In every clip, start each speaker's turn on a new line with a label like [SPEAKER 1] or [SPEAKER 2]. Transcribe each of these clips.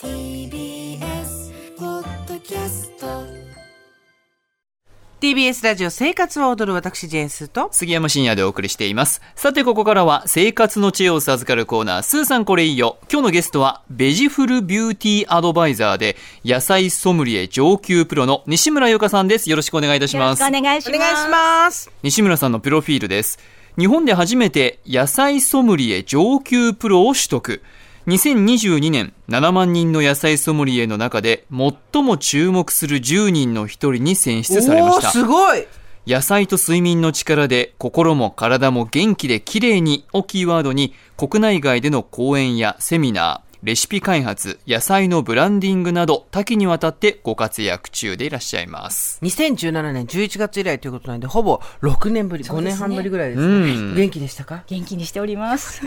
[SPEAKER 1] TBS ポッドキャスト
[SPEAKER 2] TBS ラジオ生活は踊る私ジェーンスーと
[SPEAKER 3] 杉山深也でお送りしています。さて、ここからは生活の知恵を授かるコーナー、スーさんこれいいよ。今日のゲストは、ベジフルビューティーアドバイザーで、野菜ソムリエ上級プロの西村由香さんです。よろしくお願いいたします。
[SPEAKER 4] 願いし
[SPEAKER 2] お願いします
[SPEAKER 3] 西村さんのプロフィールです。日本で初めて野菜ソムリエ上級プロを取得。2022年7万人の野菜ソムリエの中で最も注目する10人の一人に選出されま
[SPEAKER 2] お
[SPEAKER 3] し
[SPEAKER 2] ー
[SPEAKER 3] た。
[SPEAKER 2] すごい
[SPEAKER 3] 野菜と睡眠の力で心も体も元気で綺麗にをキーワードに国内外での講演やセミナー、レシピ開発、野菜のブランディングなど多岐にわたってご活躍中でいらっしゃいます。
[SPEAKER 2] 2017年11月以来ということなんでほぼ6年ぶり、5年半ぶりぐらいですね、
[SPEAKER 3] うん
[SPEAKER 2] 元気でしたか
[SPEAKER 5] 元気にしております。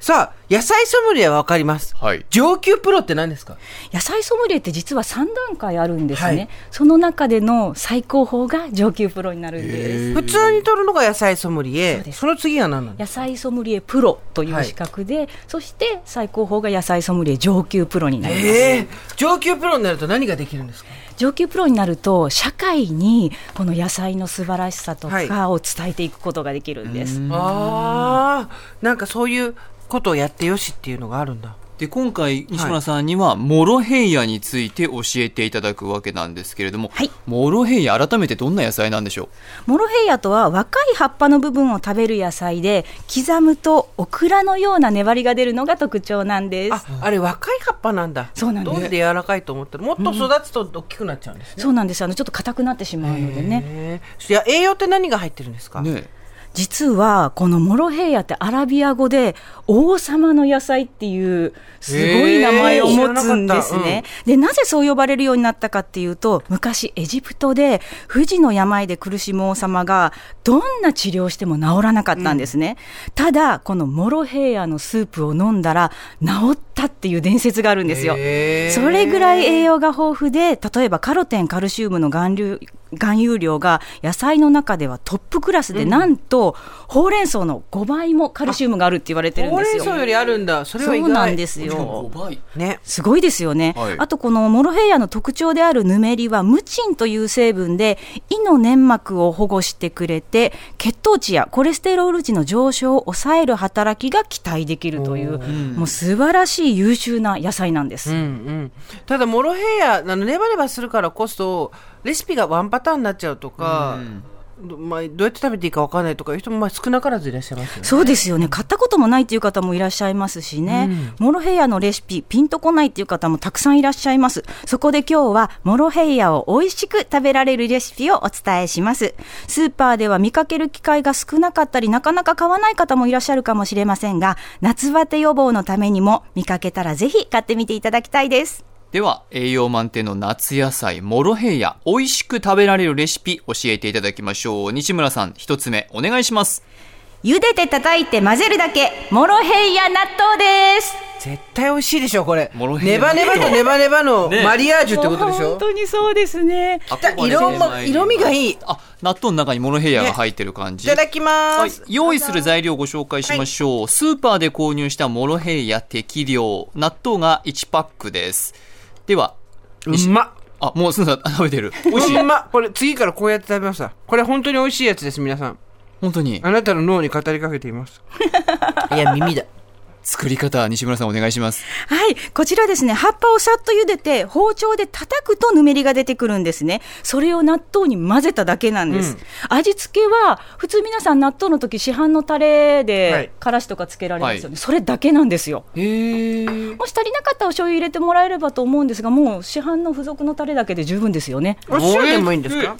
[SPEAKER 2] さあ野菜ソムリエはわかります
[SPEAKER 3] はい。
[SPEAKER 2] 上級プロって何ですか
[SPEAKER 5] 野菜ソムリエって実は3段階あるんですね。
[SPEAKER 2] はい
[SPEAKER 5] その中での最高峰が上級プロになるんです。
[SPEAKER 2] 普通に取るのが野菜ソムリエ
[SPEAKER 5] う
[SPEAKER 2] そ
[SPEAKER 5] です
[SPEAKER 2] の次は何なの
[SPEAKER 5] 野菜ソムリエプロとい
[SPEAKER 2] は
[SPEAKER 5] う
[SPEAKER 2] い
[SPEAKER 5] 資格で、そして最高峰が野菜ソムリエ上級プロになります。
[SPEAKER 2] ええ上級プロになると何ができるんですか
[SPEAKER 5] 上級プロになると社会にこの野菜の素晴らしさと
[SPEAKER 2] はい
[SPEAKER 5] かを伝えていくことができるんです。
[SPEAKER 2] ああなんかそういうことをやってよしっていうのがあるんだ
[SPEAKER 3] で、今回、西村さんには、モロヘイヤについて教えていただくわけなんですけれども、
[SPEAKER 5] はい
[SPEAKER 3] モロヘイヤ、改めてどんな野菜なんでしょ
[SPEAKER 5] モロヘイヤとは若い葉っぱの部分を食べる野菜で刻むとオクラのような粘りが出るのが特徴なんです。
[SPEAKER 2] ああれ若い葉っぱなんだ
[SPEAKER 5] そうなんです
[SPEAKER 2] どうで柔らかいと思ったらもっと育つと大きくなっちゃうんですね、
[SPEAKER 5] そうなんですあのちょっと硬くなってしまうのでね
[SPEAKER 2] ねいや栄養って何が入ってるんですか、
[SPEAKER 3] うね
[SPEAKER 5] 実はこのモロヘイヤってアラビア語で王様の野菜っていうすごい名前を持つんですね、でなぜそう呼ばれるようになったかっていうと昔エジプトで不治の病で苦しむ王様がどんな治療をしても治らなかったんですね、ただこのモロヘイヤのスープを飲んだら治ったっていう伝説があるんですよ
[SPEAKER 2] へー
[SPEAKER 5] それぐらい栄養が豊富で例えばカロテンカルシウムの含有含有量が野菜の中ではトップクラスで、なんとほうれん草の5倍もカルシウムがあるって言われてるん
[SPEAKER 2] ほう
[SPEAKER 5] で
[SPEAKER 2] れ
[SPEAKER 5] す
[SPEAKER 2] ん
[SPEAKER 5] よ。
[SPEAKER 2] 草よりあるんだそれは意
[SPEAKER 5] そ
[SPEAKER 2] 外
[SPEAKER 5] うなんです
[SPEAKER 3] しかも
[SPEAKER 5] よ。
[SPEAKER 3] 5倍。
[SPEAKER 2] ね
[SPEAKER 5] すごいですよね、
[SPEAKER 3] はい
[SPEAKER 5] あとこのモロヘイヤの特徴であるヌメリはムチンという成分で胃の粘膜を保護してくれて血糖値やコレステロール値の上昇を抑える働きが期待できるというもう素晴らしい優秀な野菜なんです。
[SPEAKER 2] うんうん、ただモロヘイヤあのネバネバするからこそレシピがワンパターンになっちゃうとか、どまあ、どうやって食べていいか分かんないとかいう人もまあ少なからずいらっしゃいますよね
[SPEAKER 5] そうですよね買ったこともないっていう方もいらっしゃいますしね、モロヘイヤのレシピピンとこないっていう方もたくさんいらっしゃいますそこで今日はモロヘイヤを美味しく食べられるレシピをお伝えしますスーパーでは見かける機会が少なかったりなかなか買わない方もいらっしゃるかもしれませんが夏バテ予防のためにも見かけたらぜひ買ってみていただきたいです
[SPEAKER 3] では、栄養満点の夏野菜、モロヘイヤ、美味しく食べられるレシピ、教えていただきましょう。西村さん、一つ目、お願いします。
[SPEAKER 5] 茹でて叩いて混ぜるだけモロヘイヤ納豆です
[SPEAKER 2] 絶対美味しいでしょこれ
[SPEAKER 3] モロヘイ
[SPEAKER 2] ネ
[SPEAKER 3] ヤ
[SPEAKER 2] バネバとネバネバの
[SPEAKER 3] ね
[SPEAKER 2] マリアージュってことでし
[SPEAKER 5] もう
[SPEAKER 2] ょ、
[SPEAKER 5] 本当にそうですね
[SPEAKER 2] 色も色味がいいい
[SPEAKER 3] あ、納豆の中にモロヘイヤが入ってる感じ。
[SPEAKER 2] ただきま
[SPEAKER 3] はい
[SPEAKER 2] す、、
[SPEAKER 3] 用意する材料をご紹介しましょう、スーパーで購入したモロヘイヤ適量納豆が1パックですでは
[SPEAKER 2] うまっ
[SPEAKER 3] あもうすんさん食べてる美味しい
[SPEAKER 2] うんまこれ次からこうやって食べましたこれ本当に美味しいやつです皆さん
[SPEAKER 3] 本当に
[SPEAKER 2] あなたの脳に語りかけていますいや耳だ
[SPEAKER 3] 作り方西村さんお願いします
[SPEAKER 5] はい、こちらですね、葉っぱをさっと茹でて、包丁で叩くとぬめりが出てくるんですね。それを納豆に混ぜただけなんです。味付けは、普通皆さん納豆の時市販のタレ
[SPEAKER 2] はい
[SPEAKER 5] で、からしとかつけられますよね、
[SPEAKER 3] はい
[SPEAKER 5] それだけなんですよ。
[SPEAKER 3] へえ
[SPEAKER 5] もし足りなかったらお醤油入れてもらえればと思うんですが、もう市販の付属のタレだけで十分ですよね。
[SPEAKER 2] お塩でもいいんですか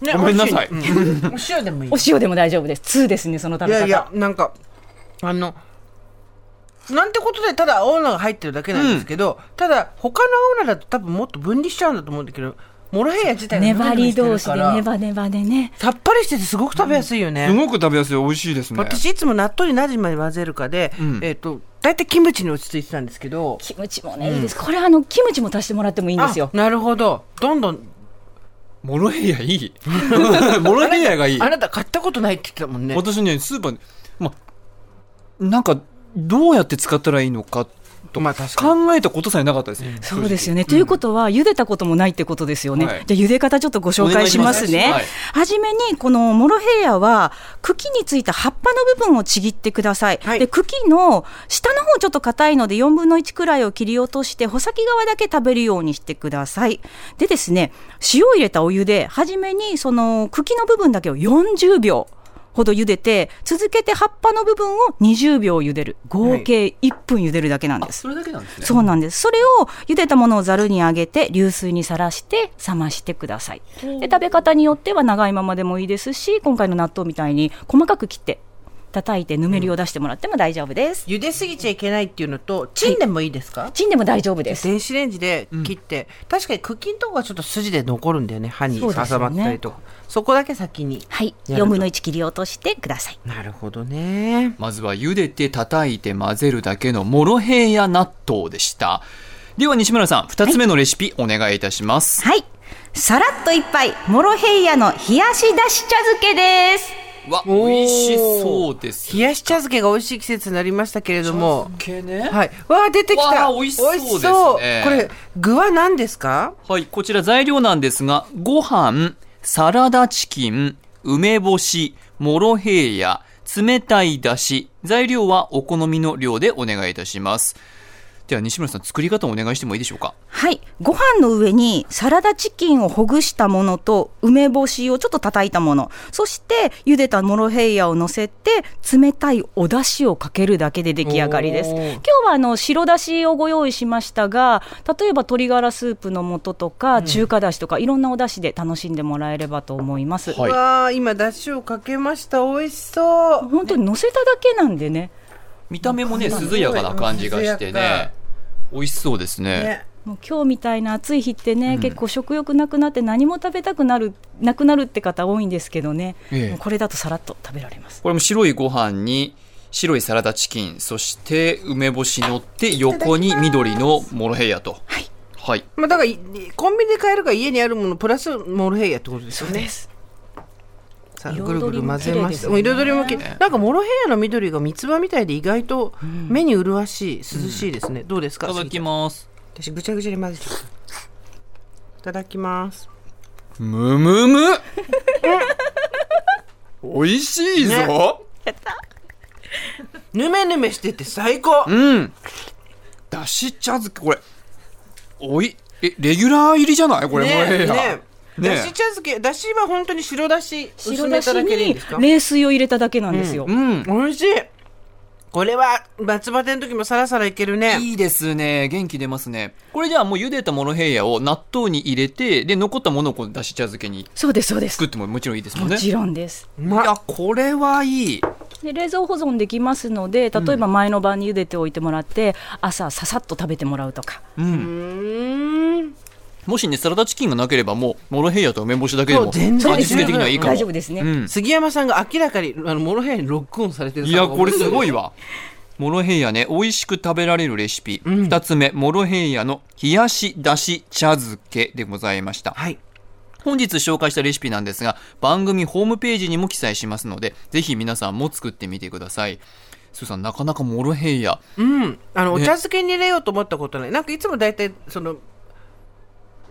[SPEAKER 2] ね
[SPEAKER 3] ごめんなさい
[SPEAKER 2] お塩うんお塩でもいい
[SPEAKER 5] お塩でも大丈夫です。2ですね、その
[SPEAKER 2] い
[SPEAKER 5] 食べ方。
[SPEAKER 2] やいやなんかあのなんてことでただ青菜が入ってるだけなんですけど、ただ他の青菜だと多分もっと分離しちゃうんだと思うんだけどモロヘイヤ自体が
[SPEAKER 5] 粘り同士で
[SPEAKER 2] ぬるぬるしてる
[SPEAKER 5] ネ
[SPEAKER 2] から
[SPEAKER 5] バネバでね
[SPEAKER 2] さっぱりしててすごく食べやすいよね、
[SPEAKER 3] すごく食べやすい美味しいですね
[SPEAKER 2] 私いつも納豆に何時まで混ぜるかで、
[SPEAKER 3] うん
[SPEAKER 2] えっ、と大体キムチに落ち着いてたんですけど
[SPEAKER 5] キムチもね、いいですこれあのキムチも足してもらってもいいんですよ
[SPEAKER 2] あなるほどどんどん
[SPEAKER 3] モロヘイヤいい モロヘイヤがいい
[SPEAKER 2] あなた買ったことないって言ってたもんね
[SPEAKER 3] 私ねスーパーでまなんかどうやって使ったらいいのかと
[SPEAKER 2] まあ確かに
[SPEAKER 3] 考えたことさえなかったですね、
[SPEAKER 5] そうですよね。ということは、茹でたこともないってことですよね。
[SPEAKER 3] はい
[SPEAKER 5] じゃあ、茹で方ちょっとご紹介します
[SPEAKER 3] お
[SPEAKER 5] ね。
[SPEAKER 3] 願
[SPEAKER 5] はいい
[SPEAKER 3] し
[SPEAKER 5] じめに、このモロヘイヤは、茎についた葉っぱの部分をちぎってください。
[SPEAKER 2] はい
[SPEAKER 5] で、茎の下の方ちょっと硬いので、4分の1くらいを切り落として、穂先側だけ食べるようにしてください。でですね、塩を入れたお湯で、はじめに、その茎の部分だけを40秒。ほど茹でて続けて葉っぱの部分を20秒茹でる合計1分茹でるだけなんです、
[SPEAKER 3] それだけなんですね
[SPEAKER 5] そうなんです。それを茹でたものをざるにあげて流水にさらして冷ましてください。で食べ方によっては長いままでもいいですし、今回の納豆みたいに細かく切って叩いてぬめりを出してもらっても大丈夫です。
[SPEAKER 2] 茹ですぎちゃいけないっていうのとチンでもいいですか、
[SPEAKER 5] チンでも大丈夫です。
[SPEAKER 2] 電子レンジで切って、確かに茎のとこがちょっと筋で残るんだよね歯に
[SPEAKER 5] そう
[SPEAKER 2] 挟
[SPEAKER 5] ですよね
[SPEAKER 2] まったりとかそ,、こだけ先に
[SPEAKER 5] はい、
[SPEAKER 2] やる
[SPEAKER 5] 4
[SPEAKER 2] と
[SPEAKER 5] 分の1切り落としてください。
[SPEAKER 2] なるほどね
[SPEAKER 3] まずは茹でて叩いて混ぜるだけのモロヘイヤ納豆でしたでは西村さん2つ目のレシピお願いいたします、
[SPEAKER 5] はい、さらっと一杯モロヘイヤの冷やしだし茶漬けです。
[SPEAKER 3] わ
[SPEAKER 2] おー
[SPEAKER 3] 美味しそうです
[SPEAKER 2] 冷やし茶漬けが美味しい季節になりましたけれども
[SPEAKER 3] けね
[SPEAKER 2] はいわあ出てきた
[SPEAKER 3] わあ美味しそうですね
[SPEAKER 2] 美味しそうこれ具は何ですか
[SPEAKER 3] はい、こちら材料なんですが、ご飯、サラダチキン、梅干し、モロヘイヤ、冷たいだし、材料はお好みの量でお願いいたします。では西村さん、作り方をお願いしてもいいでしょうか。
[SPEAKER 5] はい。ご飯の上にサラダチキンをほぐしたものと梅干しをちょっと叩いたもの、そして茹でたモロヘイヤを乗せて冷たいお出汁をかけるだけで出来上がりです。
[SPEAKER 2] お
[SPEAKER 5] 今
[SPEAKER 2] ー
[SPEAKER 5] 日はあの白だしをご用意しましたが、例えば鶏ガラスープの素とか中華だしとか、いろんなお出汁で楽しんでもらえればと思います。
[SPEAKER 3] はい
[SPEAKER 2] わあ今だしをかけました美味しそう
[SPEAKER 5] 本当に乗せただけなんでね、
[SPEAKER 3] 見た目もね、
[SPEAKER 2] なんか
[SPEAKER 3] 涼やかな感じがして
[SPEAKER 2] 涼や
[SPEAKER 3] ね
[SPEAKER 2] か、
[SPEAKER 3] 美味しそうですね。
[SPEAKER 2] ね
[SPEAKER 5] もう今日みたいな暑い日ってね、結構食欲なくなって何も食べたくなるなくなるって方多いんですけどね、
[SPEAKER 3] ええ
[SPEAKER 5] もうこれだとさらっと食べられます
[SPEAKER 3] これも白いご飯に、白いサラダチキン、そして梅干し乗って、横に緑のモロヘイヤと。はい。はい。
[SPEAKER 2] まあだからいコンビニで買えるか家にあるものプラスモロヘイヤってことですよね
[SPEAKER 5] す
[SPEAKER 2] さあ
[SPEAKER 5] 彩り
[SPEAKER 2] ぐるぐる混ぜま
[SPEAKER 5] も綺麗ですす
[SPEAKER 2] う
[SPEAKER 5] ね
[SPEAKER 2] ん彩りもきなんかモロヘイヤの緑が三つ葉みたいで意外と目に麗しい涼しいですね、どうです
[SPEAKER 3] い
[SPEAKER 2] か
[SPEAKER 3] ただきます。
[SPEAKER 2] 私ぐちゃぐちゃに混ぜてますいただきます
[SPEAKER 3] むむむ美味しいぞ、
[SPEAKER 2] ぬめぬめしてて最高
[SPEAKER 3] うんだし茶漬けこれおいえレギュラー入りじゃないこれもうええや
[SPEAKER 2] ね
[SPEAKER 3] ね
[SPEAKER 2] だし茶漬けだしは本当に白だし
[SPEAKER 5] 白だし
[SPEAKER 2] 薄めただけでいいん
[SPEAKER 5] に
[SPEAKER 2] ですか
[SPEAKER 5] 冷水を入れただけなんですよ、
[SPEAKER 3] うん
[SPEAKER 2] 美味しいこれは夏バテの時もさらさらいけるね
[SPEAKER 3] いいですね元気出ますねこれじゃあもう茹でたモロヘイヤを納豆に入れてで残ったものをこうだし茶漬けに
[SPEAKER 5] そうですそうです
[SPEAKER 3] 作ってももちろんいいですもん
[SPEAKER 5] も
[SPEAKER 3] ね
[SPEAKER 5] ちろんです
[SPEAKER 2] う
[SPEAKER 3] い
[SPEAKER 2] ま
[SPEAKER 3] や
[SPEAKER 2] っ
[SPEAKER 3] これはいい
[SPEAKER 5] で冷蔵保存できますので例えば前の晩に茹でておいてもらって、朝ささっと食べてもらうとか
[SPEAKER 3] うん
[SPEAKER 2] うーん
[SPEAKER 3] もしねサラダチキンがなければもうモロヘイヤと梅干しだけでも
[SPEAKER 2] そう全
[SPEAKER 3] 味
[SPEAKER 2] 然
[SPEAKER 3] 付け的にはいいかも
[SPEAKER 5] 大丈夫ですね、
[SPEAKER 3] うん
[SPEAKER 2] 杉山さんが明らかにあのモロヘイヤにロックオンされてる
[SPEAKER 3] いや、これすご
[SPEAKER 2] い
[SPEAKER 3] いわ。モロヘイヤね、美味しく食べられるレシピ。二、つ目、モロヘイヤの冷やしだし茶漬けでございました。
[SPEAKER 2] はい
[SPEAKER 3] 本日紹介したレシピなんですが、番組ホームページにも記載しますので、ぜひ皆さんも作ってみてください。スーさん、なかなかモロヘイヤ。
[SPEAKER 2] うん、あの、
[SPEAKER 3] ね
[SPEAKER 2] お茶漬けに入れようと思ったことない。なんかいつも大体、その、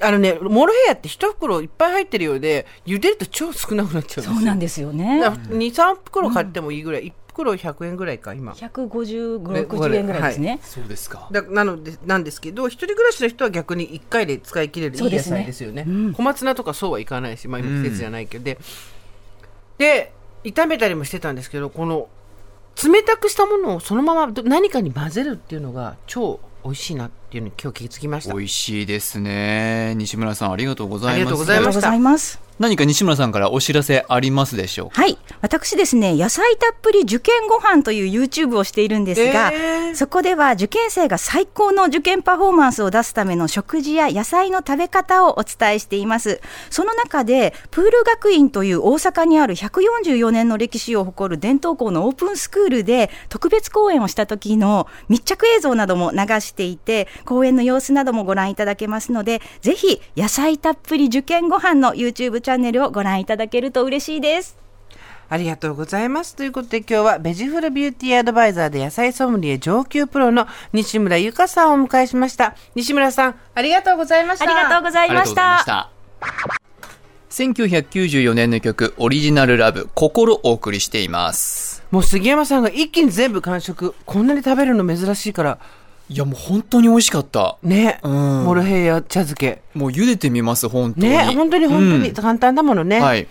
[SPEAKER 2] あのね、モロヘイヤって一袋いっぱい入ってるようで、茹でると超少なくなっちゃうんですよ。
[SPEAKER 5] そうなんですよね
[SPEAKER 2] だから2、3袋買ってもいいぐらい、1袋100円ぐらいか、今。
[SPEAKER 5] 150、
[SPEAKER 2] ね
[SPEAKER 5] 60円ぐらいですね、
[SPEAKER 3] そうですか。
[SPEAKER 2] だなのでなんですけど一人暮らしの人は逆に1回で使い切れるいい
[SPEAKER 5] そうで
[SPEAKER 2] 野
[SPEAKER 5] すね
[SPEAKER 2] 菜ですよね
[SPEAKER 5] うん
[SPEAKER 2] 小松菜とかそうはいかないし、まあ、
[SPEAKER 3] うん
[SPEAKER 2] 今季節じゃないけど、でで炒めたりもしてたんですけどこの冷たくしたものをそのままど何かに混ぜるっていうのが超美味しいなっていうのに今日気づきました
[SPEAKER 3] 美味しいですね。西村さん、ありがとうございます。
[SPEAKER 2] ありがとうございました
[SPEAKER 5] ありがとうございます
[SPEAKER 3] 何か西村さんからお知らせありますでしょうか
[SPEAKER 5] はい私ですね野菜たっぷり受験ご飯という YouTube をしているんですが、
[SPEAKER 2] えー
[SPEAKER 5] そこでは受験生が最高の受験パフォーマンスを出すための食事や野菜の食べ方をお伝えしていますその中でプール学院という大阪にある144年の歴史を誇る伝統校のオープンスクールで特別講演をした時の密着映像なども流していて講演の様子などもご覧いただけますのでぜひ野菜たっぷり受験ご飯の YouTube チャンネルをご覧いただけると嬉しいです
[SPEAKER 2] ありがとうございます。ということで今日はベジフルビューティーアドバイザーで野菜ソムリエ上級プロの西村ゆかさんをお迎えしました。西村さん、ありがとうございまし
[SPEAKER 5] あ
[SPEAKER 2] た。
[SPEAKER 5] りがとうございました
[SPEAKER 3] た1994年の曲オリジナルラブ心をお送りしています
[SPEAKER 2] もう杉山さんが一気に全部完食。こんなに食べるの珍しいから、
[SPEAKER 3] いやもう本当に美味しかった
[SPEAKER 2] ね。
[SPEAKER 3] うん
[SPEAKER 2] モルヘイヤ茶漬け。
[SPEAKER 3] もう茹でてみます本当に
[SPEAKER 2] ね、本当に本当に
[SPEAKER 3] うん
[SPEAKER 2] 簡単だものね。
[SPEAKER 3] はい